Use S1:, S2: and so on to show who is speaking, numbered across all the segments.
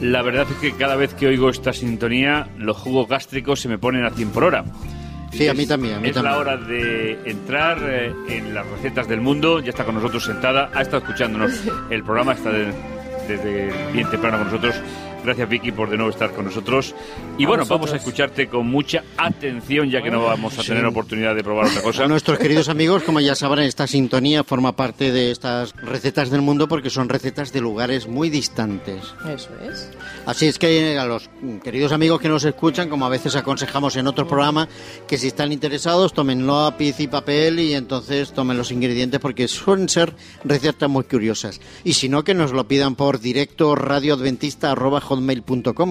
S1: la verdad es que cada vez que oigo esta sintonía, los jugos gástricos se me ponen a 100 por hora.
S2: Sí, a mí también. A mí
S1: es
S2: también.
S1: la hora de entrar eh, en las recetas del mundo. Ya está con nosotros sentada, ha estado escuchándonos el programa, está de- desde bien temprano con nosotros. Gracias Vicky por de nuevo estar con nosotros. Y
S3: A
S1: bueno,
S3: vosotros.
S1: vamos a escucharte con mucha atención ya que no vamos a tener oportunidad de probar otra cosa.
S2: A nuestros queridos amigos, como ya sabrán, esta sintonía forma parte de estas recetas del mundo porque son recetas de lugares muy distantes.
S3: Eso es.
S2: Así es que eh, a los mm, queridos amigos que nos escuchan, como a veces aconsejamos en otros programas, que si están interesados tomen lápiz y papel y entonces tomen los ingredientes porque suelen ser recetas muy curiosas. Y si no, que nos lo pidan por directo radioadventista.com,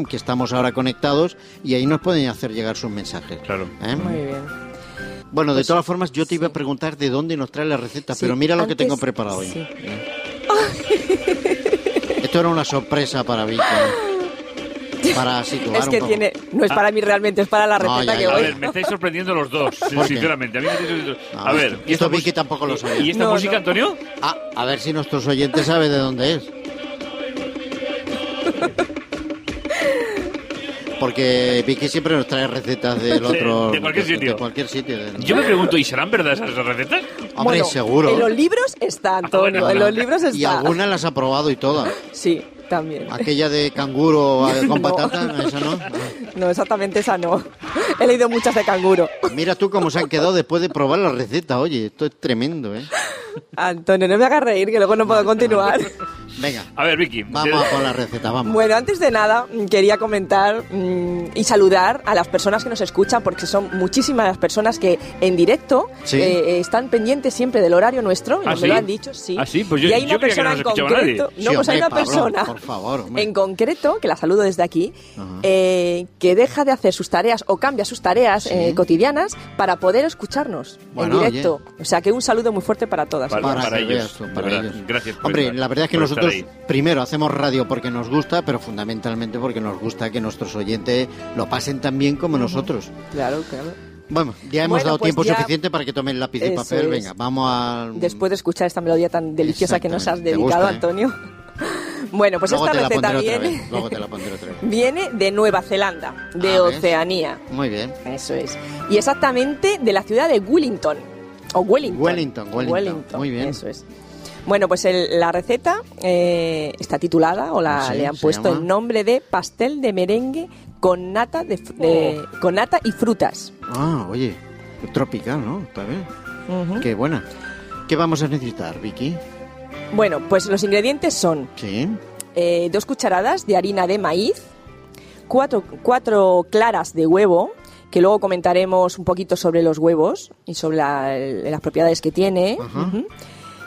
S2: que estamos ahora conectados y ahí nos pueden hacer llegar sus mensajes.
S1: Claro.
S2: ¿Eh?
S3: Muy bien.
S2: Bueno, de
S3: Pues,
S2: todas formas, yo te iba a
S3: sí.
S2: preguntar de dónde nos trae la receta,
S3: Sí,
S2: pero mira lo que
S3: antes-
S2: tengo preparado hoy.
S3: sí.
S2: Esto era una sorpresa para Vicky. Para situar
S3: Es
S2: un
S3: que
S2: poco.
S3: tiene. No es para mí realmente, es para la
S2: No,
S3: receta
S2: ya,
S3: que
S2: ya.
S1: A
S3: voy.
S1: ver, me estáis sorprendiendo los dos, sí,
S2: ¿Por qué?
S1: sinceramente. A mí me estáis sorprendiendo.
S2: No,
S1: A ver,
S2: esto- esto
S1: mus-
S2: Vicky tampoco lo sabía.
S1: ¿Y esta
S3: No,
S1: música,
S3: no.
S1: Antonio?
S2: Ah, a ver si nuestros oyentes saben de dónde es. Porque Vicky siempre nos trae recetas del
S1: De-
S2: otro.
S1: de cualquier sitio.
S2: De cualquier sitio. del-
S1: Yo me pregunto, ¿y serán verdad esas recetas?
S2: Hombre,
S3: Bueno, En
S2: seguro.
S3: los libros está, Antonio.
S1: bueno,
S3: en los
S1: no.
S3: libros está.
S2: Y algunas las ha probado y todas.
S3: Sí, también.
S2: Aquella de canguro eh, con
S3: No.
S2: patata, esa no.
S3: No, exactamente esa no. He leído muchas de canguro.
S2: Pues Mira tú cómo se han quedado después de probar la receta. Oye, esto es tremendo, ¿eh?
S3: Antonio, no me hagas reír, que luego no puedo continuar.
S2: Venga,
S1: A ver, Vicky.
S2: vamos con la receta, vamos.
S3: Bueno, antes de nada, mm, quería comentar mm, y saludar a las personas que nos escuchan, porque son muchísimas las personas que en directo
S2: Sí.
S3: eh, eh, están pendientes siempre del horario nuestro, y
S1: ¿Ah,
S3: nos lo
S1: sí?
S3: han dicho, sí.
S1: Ah, sí, pues yo-
S3: y hay
S1: yo
S3: una
S1: creía que no
S3: persona
S1: nos
S3: en
S1: escuchaba nadie.
S3: concreto,
S2: Sí,
S3: no, pues hay
S2: hombre,
S3: una
S2: Pablo,
S3: persona
S2: por favor, hombre.
S3: en concreto, que la saludo desde aquí,
S2: Ajá.
S3: eh, que deja de hacer sus tareas o cambia sus tareas eh, cotidianas para poder escucharnos
S2: Bueno,
S3: en directo. O sea que un saludo muy fuerte para todas.
S1: Para-
S2: que
S1: ellos,
S2: veas tú,
S1: de
S2: para
S1: verdad.
S2: ellos.
S1: Gracias por
S2: Hombre,
S1: estar-
S2: la verdad es que
S1: por estar
S2: nosotros
S1: ahí.
S2: primero hacemos radio porque nos gusta, pero fundamentalmente porque nos gusta que nuestros oyentes lo pasen tan bien como nosotros.
S3: Claro, claro.
S2: Vamos, ya hemos
S3: Bueno,
S2: dado
S3: pues
S2: tiempo
S3: ya-
S2: suficiente para que tomen lápiz y
S3: Eso
S2: papel.
S3: es.
S2: Venga, vamos al...
S3: después de escuchar esta melodía tan deliciosa que nos has
S2: Exactamente, te
S3: dedicado,
S2: gusta, ¿eh?
S3: Antonio. Bueno, pues
S2: Luego te
S3: esta
S2: la
S3: receta
S2: pondré otra
S3: viene,
S2: vez. Luego te la pondré otra vez.
S3: viene de Nueva Zelanda, de
S2: Ah, ¿ves?
S3: Oceanía.
S2: Muy bien.
S3: Eso es. Y exactamente de la ciudad de Wellington. O Wellington.
S2: Wellington, Wellington. Muy bien.
S3: Eso es. Bueno, pues el- la receta eh, está titulada, o la,
S2: Sí,
S3: le han
S2: se
S3: puesto
S2: llama.
S3: el nombre de pastel de merengue con nata, de, fr- de-
S2: Oh.
S3: con nata y frutas.
S2: Ah, oye, tropical, ¿no? Está bien.
S3: Ujú.
S2: Qué buena. ¿Qué vamos a necesitar, Vicky?
S3: Bueno, pues los ingredientes son
S2: Sí.
S3: eh, dos cucharadas de harina de maíz, cuatro, cuatro claras de huevo, que luego comentaremos un poquito sobre los huevos y sobre la- el- las propiedades que tiene.
S2: Ajá.
S3: Ujú.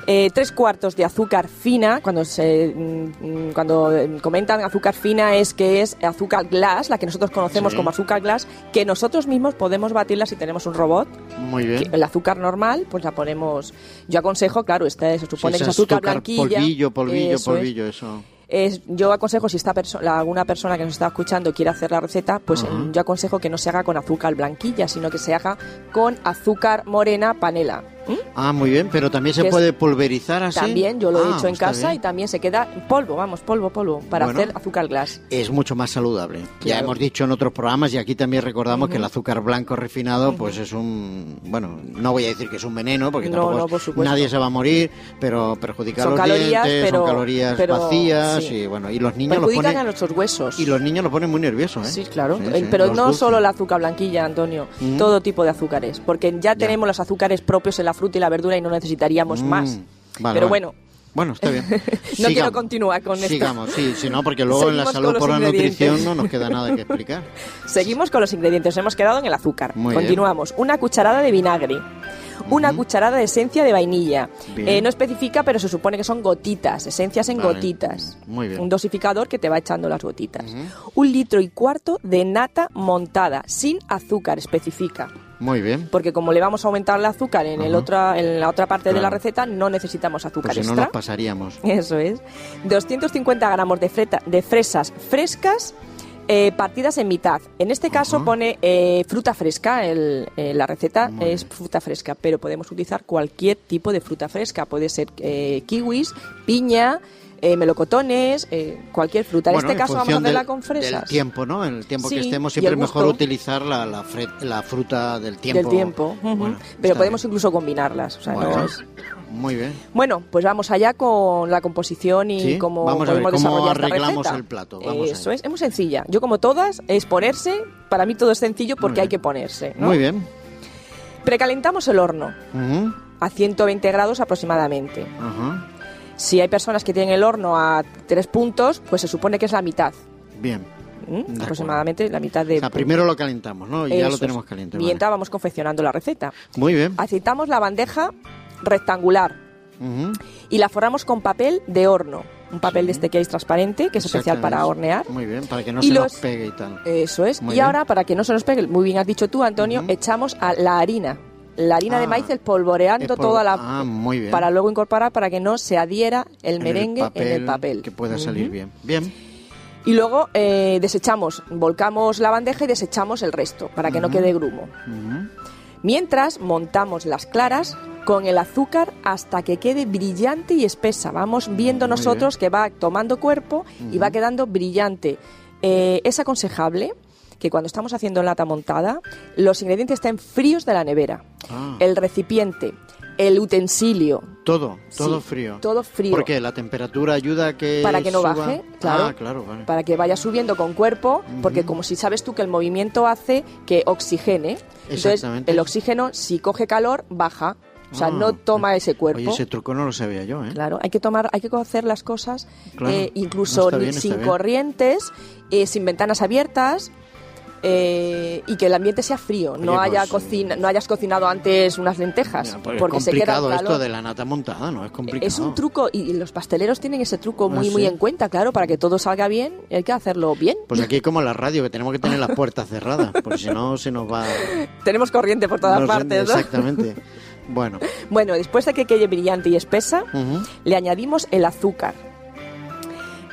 S3: Eh, tres cuartos de azúcar fina, cuando, se, mm, mm, cuando eh, comentan azúcar fina es que es azúcar glass, la que nosotros conocemos
S2: Sí.
S3: como azúcar glass, que nosotros mismos podemos batirla si tenemos un robot.
S2: Muy
S3: Que
S2: bien.
S3: el azúcar normal, pues la ponemos. Yo aconsejo, claro, este se supone
S2: Sí,
S3: que es
S2: esas
S3: azúcar,
S2: tocar
S3: blanquilla.
S2: Polvillo, polvillo,
S3: eso es.
S2: polvillo, eso.
S3: Es- yo aconsejo, si esta perso- la- alguna persona que nos está escuchando quiere hacer la receta, pues
S2: Ajá.
S3: mm, yo aconsejo que no se haga con azúcar blanquilla, sino que se haga con azúcar morena panela. ¿m?
S2: Ah, muy bien, pero también se
S3: Que es-
S2: puede pulverizar así.
S3: También yo lo he
S2: Ah,
S3: hecho en
S2: está
S3: casa y
S2: bien.
S3: también se queda polvo, vamos, polvo, polvo, para
S2: Bueno.
S3: hacer azúcar glass.
S2: Es mucho más saludable. Ya
S3: Claro.
S2: hemos dicho en otros programas y aquí también recordamos que el azúcar blanco refinado, pues es un. Bueno, no voy a decir que es un veneno, porque
S3: No,
S2: tampoco
S3: no,
S2: es-
S3: por supuesto.
S2: nadie se va a morir, pero perjudica
S3: Son
S2: los
S3: calorías,
S2: dientes,
S3: pero-
S2: son calorías
S3: pero-
S2: vacías
S3: sí.
S2: y bueno, y los niños los
S3: Perjudican
S2: ponen.
S3: a nuestros huesos.
S2: Y los niños lo ponen muy nerviosos, ¿eh?
S3: Sí, claro.
S2: Sí,
S3: Eh,
S2: sí,
S3: Pero
S2: los
S3: no
S2: dulces.
S3: solo el azúcar blanquilla, Antonio.
S2: Mm.
S3: Todo tipo de azúcares. Porque ya, tenemos los azúcares propios en la fruta y la verdura y no necesitaríamos
S2: Mm,
S3: más.
S2: vale,
S3: Pero
S2: vale.
S3: bueno,
S2: Bueno, está bien.
S3: No quiero continuar con esto.
S2: Sigamos, sí, si no, porque luego en la
S3: Seguimos
S2: salud
S3: con
S2: por la
S3: los
S2: nutrición
S3: ingredientes.
S2: no nos queda nada que explicar.
S3: Seguimos con los ingredientes, hemos quedado en el azúcar.
S2: Muy
S3: Continuamos. Una cucharada de vinagre. Una cucharada de esencia de vainilla.
S2: Bien.
S3: Eh, no especifica, pero se supone que son gotitas, esencias en
S2: Vale.
S3: gotitas.
S2: Muy bien.
S3: Un dosificador que te va echando las gotitas. Un litro y cuarto de nata montada, sin azúcar, especifica.
S2: Muy bien.
S3: Porque como le vamos a aumentar el azúcar en, el
S2: Ajá.
S3: otra, en la otra parte de la
S2: Claro.
S3: receta, no necesitamos azúcar
S2: Pues si no
S3: extra.
S2: nos pasaríamos.
S3: Eso es. 250 gramos de, freta- de fresas frescas eh, partidas en mitad. En este caso
S2: Ajá.
S3: pone eh, fruta fresca, el- eh, la receta
S2: Muy
S3: es fruta fresca, pero podemos utilizar cualquier tipo de fruta fresca. Puede ser eh, kiwis, piña, eh, melocotones, eh, cualquier fruta. En
S2: Bueno,
S3: este caso vamos a
S2: función
S3: hacerla
S2: del-
S3: con fresas.
S2: Del tiempo, ¿no? En el tiempo
S3: Sí,
S2: que estemos
S3: y el
S2: siempre es mejor
S3: gusto.
S2: utilizar la, la, fre- la fruta del tiempo.
S3: Del tiempo. ujú.
S2: Bueno,
S3: Pero
S2: está
S3: podemos
S2: bien.
S3: incluso combinarlas. o sea, no
S2: Bueno,
S3: es-
S2: Muy bien.
S3: Bueno, pues vamos allá con la composición y
S2: Sí,
S3: cómo
S2: vamos a ver
S3: podemos
S2: cómo
S3: desarrollar esta
S2: arreglamos
S3: receta.
S2: el plato, vamos
S3: Eso
S2: allá.
S3: es, es muy sencilla. Yo como todas, es ponerse. Para mí todo es sencillo porque
S2: bien.
S3: hay que ponerse. ¿no?
S2: Muy bien.
S3: Precalentamos el horno
S2: Ujú,
S3: a 120 grados aproximadamente.
S2: ajá.
S3: Si hay personas que tienen el horno a 3 puntos, pues se supone que es la mitad.
S2: Bien.
S3: ¿m?
S2: acuerdo.
S3: Aproximadamente la mitad de...
S2: O sea, primero lo calentamos, ¿no? Y ya lo tenemos caliente. vale.
S3: Mientras vamos confeccionando la receta.
S2: Muy bien.
S3: Aceitamos la bandeja rectangular
S2: Ujú,
S3: y la forramos con papel de horno. Un papel de este que es transparente, que es especial
S2: exactamente.
S3: para hornear.
S2: Muy bien, para que no
S3: Y
S2: se
S3: los-
S2: nos pegue y tal.
S3: Eso es.
S2: Muy
S3: y
S2: bien.
S3: ahora, para que no se nos pegue, muy bien has dicho tú, Antonio, echamos a la harina. La harina de
S2: Ah,
S3: maíz, el polvoreando
S2: es polvo-
S3: toda la...
S2: Ah, muy bien.
S3: Para luego incorporar para que no se adhiera el merengue en el papel.
S2: Que pueda
S3: Ujú.
S2: salir bien. Bien.
S3: Y luego eh, desechamos, volcamos la bandeja y desechamos el resto para que no quede grumo.
S2: Ujú,
S3: Mientras montamos las claras con el azúcar hasta que quede brillante y espesa. Vamos viendo
S2: Muy
S3: nosotros que va tomando cuerpo y va quedando brillante. Eh, es aconsejable que cuando estamos haciendo lata montada, los ingredientes estén fríos de la nevera.
S2: Ah.
S3: El recipiente, el utensilio.
S2: Todo, todo
S3: Sí,
S2: frío.
S3: todo frío.
S2: Porque la temperatura ayuda a que.
S3: para que no
S2: suba-
S3: baje, claro,
S2: Ah, claro, vale.
S3: para que vaya subiendo con cuerpo, porque
S2: Ujú.
S3: como si sabes tú que el movimiento hace que oxigene, entonces
S2: Exactamente.
S3: el oxígeno si coge calor baja, o sea,
S2: Ah.
S3: no toma ese cuerpo.
S2: Oye, ese truco no lo sabía yo, ¿eh?
S3: Claro, hay que tomar, hay que cocer las cosas
S2: Claro,
S3: eh,
S2: no,
S3: incluso
S2: está bien, está
S3: sin
S2: bien.
S3: corrientes, eh, sin ventanas abiertas. eh, y que el ambiente sea frío, no
S2: Oye,
S3: haya
S2: pues,
S3: cocina, no hayas cocinado antes unas lentejas,
S2: Mira, pues es
S3: porque se queda el
S2: complicado esto
S3: calor.
S2: de la nata montada, ¿no? Es complicado.
S3: Es un truco y y los pasteleros tienen ese truco muy
S2: Ah,
S3: muy
S2: sí.
S3: en cuenta, claro, para que todo salga bien, hay que hacerlo bien.
S2: Pues aquí como la radio, que tenemos que tener las puertas cerradas, porque si no se nos va...
S3: Tenemos corriente por todas
S2: nos rende,
S3: partes, ¿no?
S2: Exactamente. Bueno,
S3: Bueno, después de que quede brillante y espesa,
S2: ujú,
S3: le añadimos el azúcar.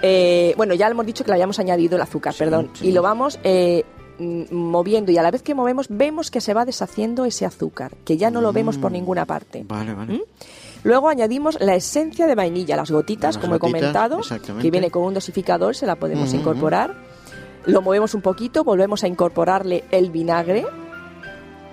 S3: Eh, bueno, ya hemos dicho que le habíamos añadido el azúcar,
S2: Sí,
S3: perdón,
S2: sí.
S3: y lo vamos eh, mm, moviendo y a la vez que movemos vemos que se va deshaciendo ese azúcar, que ya no lo vemos por
S2: Mm.
S3: ninguna parte.
S2: vale, vale.
S3: ¿Mm? Luego añadimos la esencia de vainilla, las gotitas,
S2: Las
S3: como
S2: gotitas,
S3: he comentado,
S2: exactamente.
S3: que viene con un dosificador, se la podemos
S2: Ujú,
S3: incorporar. Lo movemos un poquito, volvemos a incorporarle el vinagre,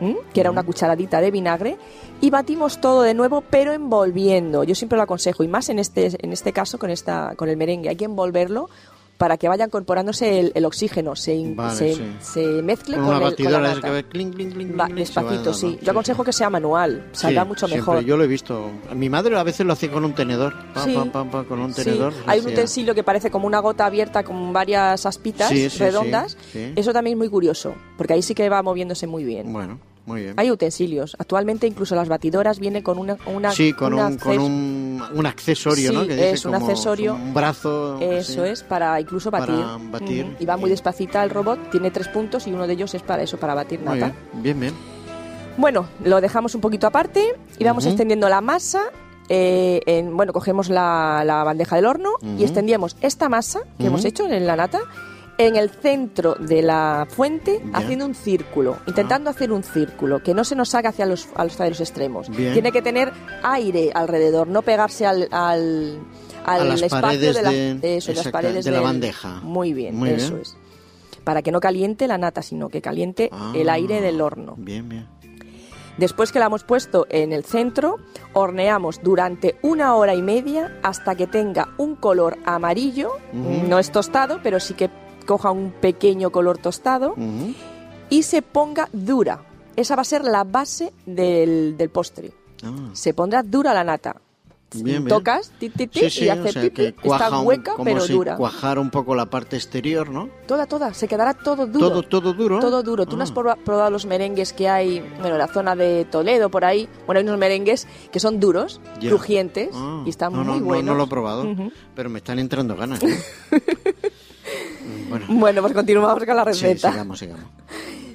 S3: ¿m? que era una cucharadita de vinagre, y batimos todo de nuevo, pero envolviendo. Yo siempre lo aconsejo, y más en este, en este caso con, esta, con el merengue, hay que envolverlo para que vaya incorporándose el, el oxígeno, se, in-
S2: Vale,
S3: se,
S2: sí.
S3: se mezcle
S2: Con
S3: con,
S2: una
S3: el, con la
S2: batidora es
S3: nata.
S2: que ve clink, clink, clink, clink, se
S3: Va
S2: va
S3: despacito,
S2: dando,
S3: sí. Yo aconsejo que sea manual, saldrá mucho
S2: siempre.
S3: mejor.
S2: Yo lo he visto. Mi madre a veces lo hace con un tenedor. Pa,
S3: Sí.
S2: pa, pa, pa, con un
S3: Sí,
S2: tenedor.
S3: hay un
S2: hacía.
S3: utensilio que parece como una gota abierta con varias aspitas
S2: Sí, sí,
S3: redondas.
S2: sí, sí.
S3: Eso también es muy curioso, porque ahí sí que va moviéndose muy bien.
S2: Bueno, muy bien.
S3: Hay utensilios. Actualmente incluso las batidoras vienen con una... una-
S2: sí, con,
S3: una
S2: un, con
S3: acces-
S2: un, un accesorio,
S3: Sí,
S2: ¿no? Que dice
S3: es un
S2: como-
S3: accesorio.
S2: Un brazo.
S3: Eso
S2: sí.
S3: es, para incluso
S2: Para
S3: batir.
S2: batir.
S3: Ujú. Y va muy
S2: Y-
S3: despacita el robot, tiene tres puntos y uno de ellos es para eso, para batir
S2: Muy
S3: nata.
S2: bien, bien, bien.
S3: Bueno, lo dejamos un poquito aparte y vamos
S2: Ujú.
S3: extendiendo la masa. eh, en- bueno, cogemos la, la bandeja del horno
S2: Ujú.
S3: y extendemos esta masa que
S2: Ujú.
S3: hemos hecho en la nata en el centro de la fuente,
S2: Bien.
S3: haciendo un círculo,
S2: Ah.
S3: intentando hacer un círculo, que no se nos haga hacia los, hacia los extremos.
S2: Bien.
S3: Tiene que tener aire alrededor, no pegarse al, al, al
S2: A las
S3: espacio
S2: paredes
S3: de, la-
S2: de-
S3: eso, de las
S2: exacta-
S3: paredes
S2: de la
S3: del-
S2: bandeja.
S3: Muy bien,
S2: Muy
S3: eso
S2: bien.
S3: es. Para que no caliente la nata, sino que caliente el
S2: Ah,
S3: aire del horno.
S2: Bien, bien.
S3: Después que la hemos puesto en el centro, horneamos durante una hora y media hasta que tenga un color amarillo,
S2: Ujú.
S3: no es tostado, pero sí que coja un pequeño color tostado
S2: Ujú.
S3: y se ponga dura. Esa va a ser la base del, del postre.
S2: Ah.
S3: Se pondrá dura la nata.
S2: Bien, bien.
S3: Tocas ti, ti, ti,
S2: Sí, sí,
S3: y
S2: o
S3: hace
S2: sea,
S3: pi,
S2: que
S3: pi.
S2: cuaja
S3: Está
S2: un-
S3: hueca
S2: como
S3: pero
S2: si
S3: dura.
S2: cuajara un poco la parte exterior, ¿no?
S3: Toda, toda. Se quedará todo duro.
S2: Todo, todo duro.
S3: Todo duro. Tú no has
S2: Ah.
S3: proba- probado los merengues que hay, bueno, en la zona de Toledo, por ahí. Bueno, hay unos merengues que son duros,
S2: Ya.
S3: crujientes
S2: Ah,
S3: y están
S2: no, no,
S3: muy
S2: no,
S3: buenos.
S2: No, lo he probado,
S3: Ujú.
S2: pero me están entrando ganas. ¿eh? Mm, bueno,
S3: Bueno, pues continuamos con la
S2: sí,
S3: receta.
S2: sigamos, sigamos.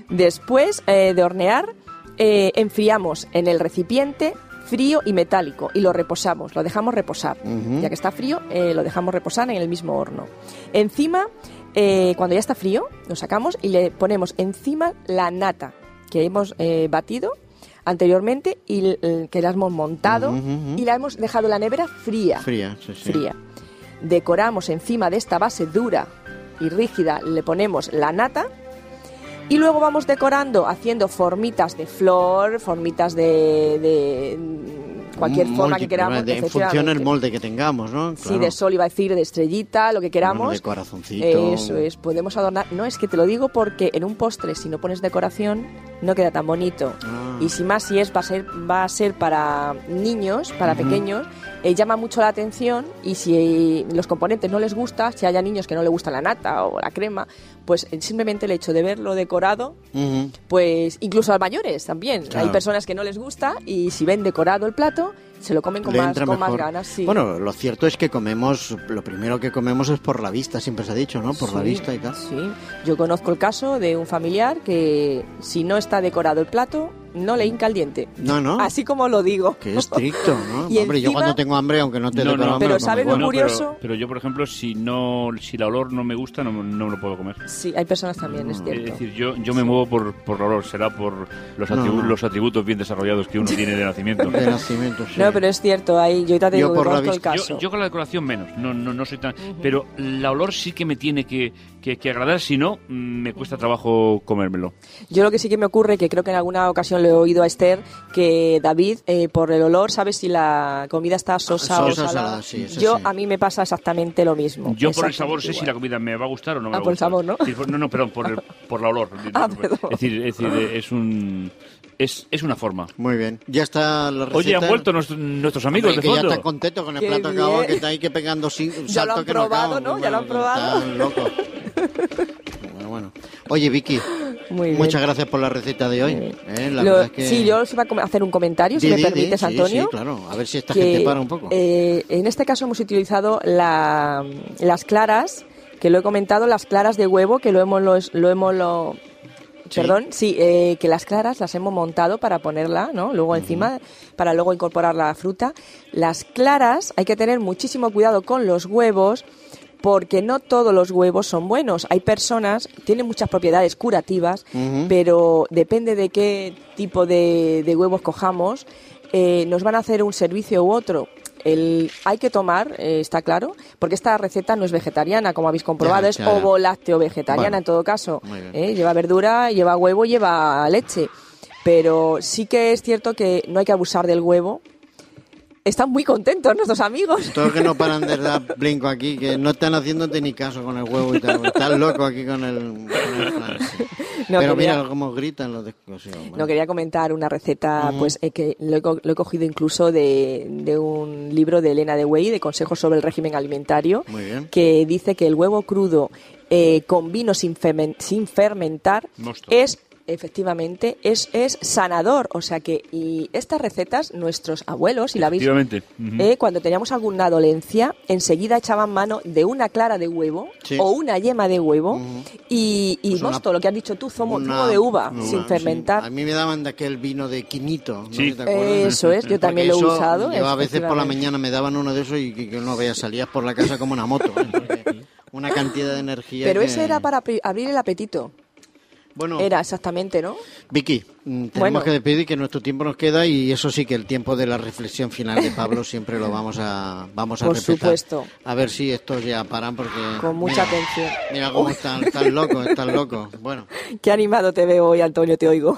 S3: Después eh, de hornear, eh, enfriamos en el recipiente frío y metálico y lo reposamos, lo dejamos reposar.
S2: Ujú.
S3: Ya que está frío, eh, lo dejamos reposar en el mismo horno. Encima, eh, cuando ya está frío, lo sacamos y le ponemos encima la nata que hemos eh, batido anteriormente y l- l- que la hemos montado
S2: Ujú, ujú.
S3: y la hemos dejado en la nevera Ah, fría.
S2: Fría, sí, sí.
S3: Fría. decoramos encima de esta base dura y rígida, le ponemos la nata y luego vamos decorando haciendo formitas de flor, formitas de, de mm, cualquier
S2: Un
S3: forma
S2: molde,
S3: que queramos.
S2: de- en función del
S3: efectivamente.
S2: molde que tengamos, ¿no?
S3: Sí,
S2: Claro.
S3: de sol iba a decir, de estrellita, lo que queramos.
S2: Bueno, de corazoncito.
S3: Eso es, podemos adornar. No, es que te lo digo porque en un postre, si no pones decoración, no queda tan bonito.
S2: Ah.
S3: Y si más si es, va a ser, va a ser para niños, para pequeños, eh, llama mucho la atención y si eh, los componentes no les gusta, si haya niños que no les gusta la nata o la crema, pues eh, simplemente el hecho de verlo decorado
S2: Ujú.
S3: pues incluso a mayores también.
S2: Claro.
S3: Hay personas que no les gusta y si ven decorado el plato, se lo comen con,
S2: Le
S3: más,
S2: entra
S3: con más
S2: mejor.
S3: ganas. sí.
S2: Bueno, lo cierto es que comemos, lo primero que comemos es por la vista, siempre se ha dicho, ¿no? Por la
S3: Sí,
S2: vista y tal.
S3: Sí, yo conozco el caso de un familiar que si no está decorado el plato, no le hinca el diente.
S2: No, no.
S3: Así como lo digo.
S2: Ah. Que estricto, ¿no?
S3: Y
S2: Hombre, yo
S3: encima-
S2: cuando tengo hambre, aunque no te
S1: No,
S2: decoro
S1: no,
S2: hambre,
S3: pero
S2: lo como
S3: ¿sabes lo
S2: igual.
S1: Bueno,
S3: curioso?
S1: Pero, pero yo, por ejemplo, si no si la olor no me gusta, no, no me lo puedo comer.
S3: Sí, hay personas también,
S2: Mm.
S3: es
S1: Es
S3: cierto.
S1: decir, yo, yo me muevo por, por olor, será por los,
S2: No,
S1: atribu-
S2: no.
S1: los atributos bien desarrollados que uno tiene de nacimiento.
S2: De nacimiento, sí.
S3: No, pero es cierto, ahí yo ya te
S2: Yo
S3: digo que
S2: por la
S3: conozco el
S2: vista.
S3: caso.
S1: Yo, yo con la decoración menos, no, no, no soy tan... Pero la olor sí que me tiene que, que, que agradar, si no, mm, me cuesta trabajo comérmelo.
S3: Yo lo que sí que me ocurre, que creo que en alguna ocasión le he oído a Esther, que David, eh, por el olor, sabe si la comida está sosa, o
S2: Ah, Sosa,
S3: salada.
S2: salada, sí, eso
S3: yo,
S2: sí.
S3: a mí me pasa exactamente lo mismo.
S1: Yo por el sabor sé
S3: Exactamente
S1: si la comida me va a gustar o no me
S3: Ah,
S1: va a
S3: por el
S1: gustar.
S3: sabor, ¿no?
S1: Sí, por- no, no, perdón, por, el, por la olor.
S3: Ah, perdón.
S1: Es decir, es, decir, eh, es un... Es, es una forma.
S2: Muy bien. Ya está la receta.
S1: Oye, han vuelto nuestros, nuestros amigos
S2: Hombre,
S1: de
S2: que
S1: fondo.
S2: ya está contento con el
S3: Qué
S2: plato acabado,
S3: bien.
S2: que está ahí que pegando sin, un
S3: Ya lo
S2: salto
S3: han
S2: que no acaba.
S3: probado, ¿no?
S2: Muy
S3: Ya lo han
S2: bueno,
S3: probado.
S2: está loco. Bueno, bueno. Oye, Vicky,
S3: Muy bien.
S2: muchas gracias por la receta de hoy. Eh, la
S3: Lo-
S2: verdad es que...
S3: Sí, yo os iba a com- hacer un comentario, si
S2: Di,
S3: me
S2: di, di.
S3: permites,
S2: Sí,
S3: Antonio.
S2: Sí, claro. A ver si esta
S3: que,
S2: gente para un poco.
S3: eh, en este caso hemos utilizado la- las claras, que lo he comentado, las claras de huevo, que lo hemos... Lo, lo hemos lo-
S2: Sí.
S3: Perdón, sí, eh, que las claras las hemos montado para ponerla, ¿no? Luego encima, para luego incorporar la fruta. Las claras hay que tener muchísimo cuidado con los huevos porque no todos los huevos son buenos. Hay personas, tienen muchas propiedades curativas,
S2: Ujú.
S3: pero depende de qué tipo de, de huevos cojamos, eh, nos van a hacer un servicio u otro. El, hay que tomar, eh, está claro, porque esta receta no es vegetariana, como habéis comprobado,
S2: Ya,
S3: es
S2: ya, ya.
S3: ovo lácteo vegetariana
S2: Bueno,
S3: en todo caso.
S2: muy bien.
S3: ¿eh? Lleva verdura, lleva huevo, lleva leche. Pero sí que es cierto que no hay que abusar del huevo. Están muy contentos nuestros amigos.
S2: Todos que no paran de dar brinco aquí, que no están haciéndote ni caso con el huevo y tal. Están locos aquí con el. con el plan, sí.
S3: No,
S2: Pero
S3: quería-
S2: mira cómo gritan los descosidos. bueno.
S3: No quería comentar una receta, pues eh, que lo he, co- lo he cogido incluso de, de un libro de Elena de Wey, de consejos sobre el régimen alimentario,
S2: Muy bien.
S3: que dice que el huevo crudo eh, con vino sin, femen- sin fermentar
S1: Mosto.
S3: es efectivamente es, es sanador o sea que y estas recetas nuestros abuelos y la habéis
S1: Efectivamente. Ujú.
S3: eh, cuando teníamos alguna dolencia, enseguida echaban mano de una clara de huevo
S2: Sí.
S3: o una yema de huevo y, y
S2: Pues una-
S3: mosto, lo que has dicho tú, zumo,
S2: Una-
S3: zumo de uva,
S2: una,
S3: sin
S2: sí.
S3: fermentar.
S2: A mí me daban de aquel vino de quinito. ¿no?
S1: Sí.
S2: ¿Te acuerdas?
S3: Eso es, yo también lo he
S2: Porque eso,
S3: usado,
S2: Yo a veces por la
S3: efectivamente.
S2: mañana me daban uno de esos y que, que no veas, salías por la casa como una moto. ¿eh? Porque Una cantidad de energía.
S3: Pero
S2: que-
S3: eso era para abri- abrir el apetito.
S2: Bueno,
S3: Era exactamente, ¿no?
S2: Vicky, mm, tenemos
S3: Bueno.
S2: que despedir que nuestro tiempo nos queda y eso sí que el tiempo de la reflexión final de Pablo siempre lo vamos a vamos a
S3: Por
S2: respetar.
S3: supuesto.
S2: A ver si estos ya paran porque
S3: Con mucha
S2: mira,
S3: atención.
S2: Mira cómo están, están locos, están locos. Bueno,
S3: Qué animado te veo hoy, Antonio, te oigo.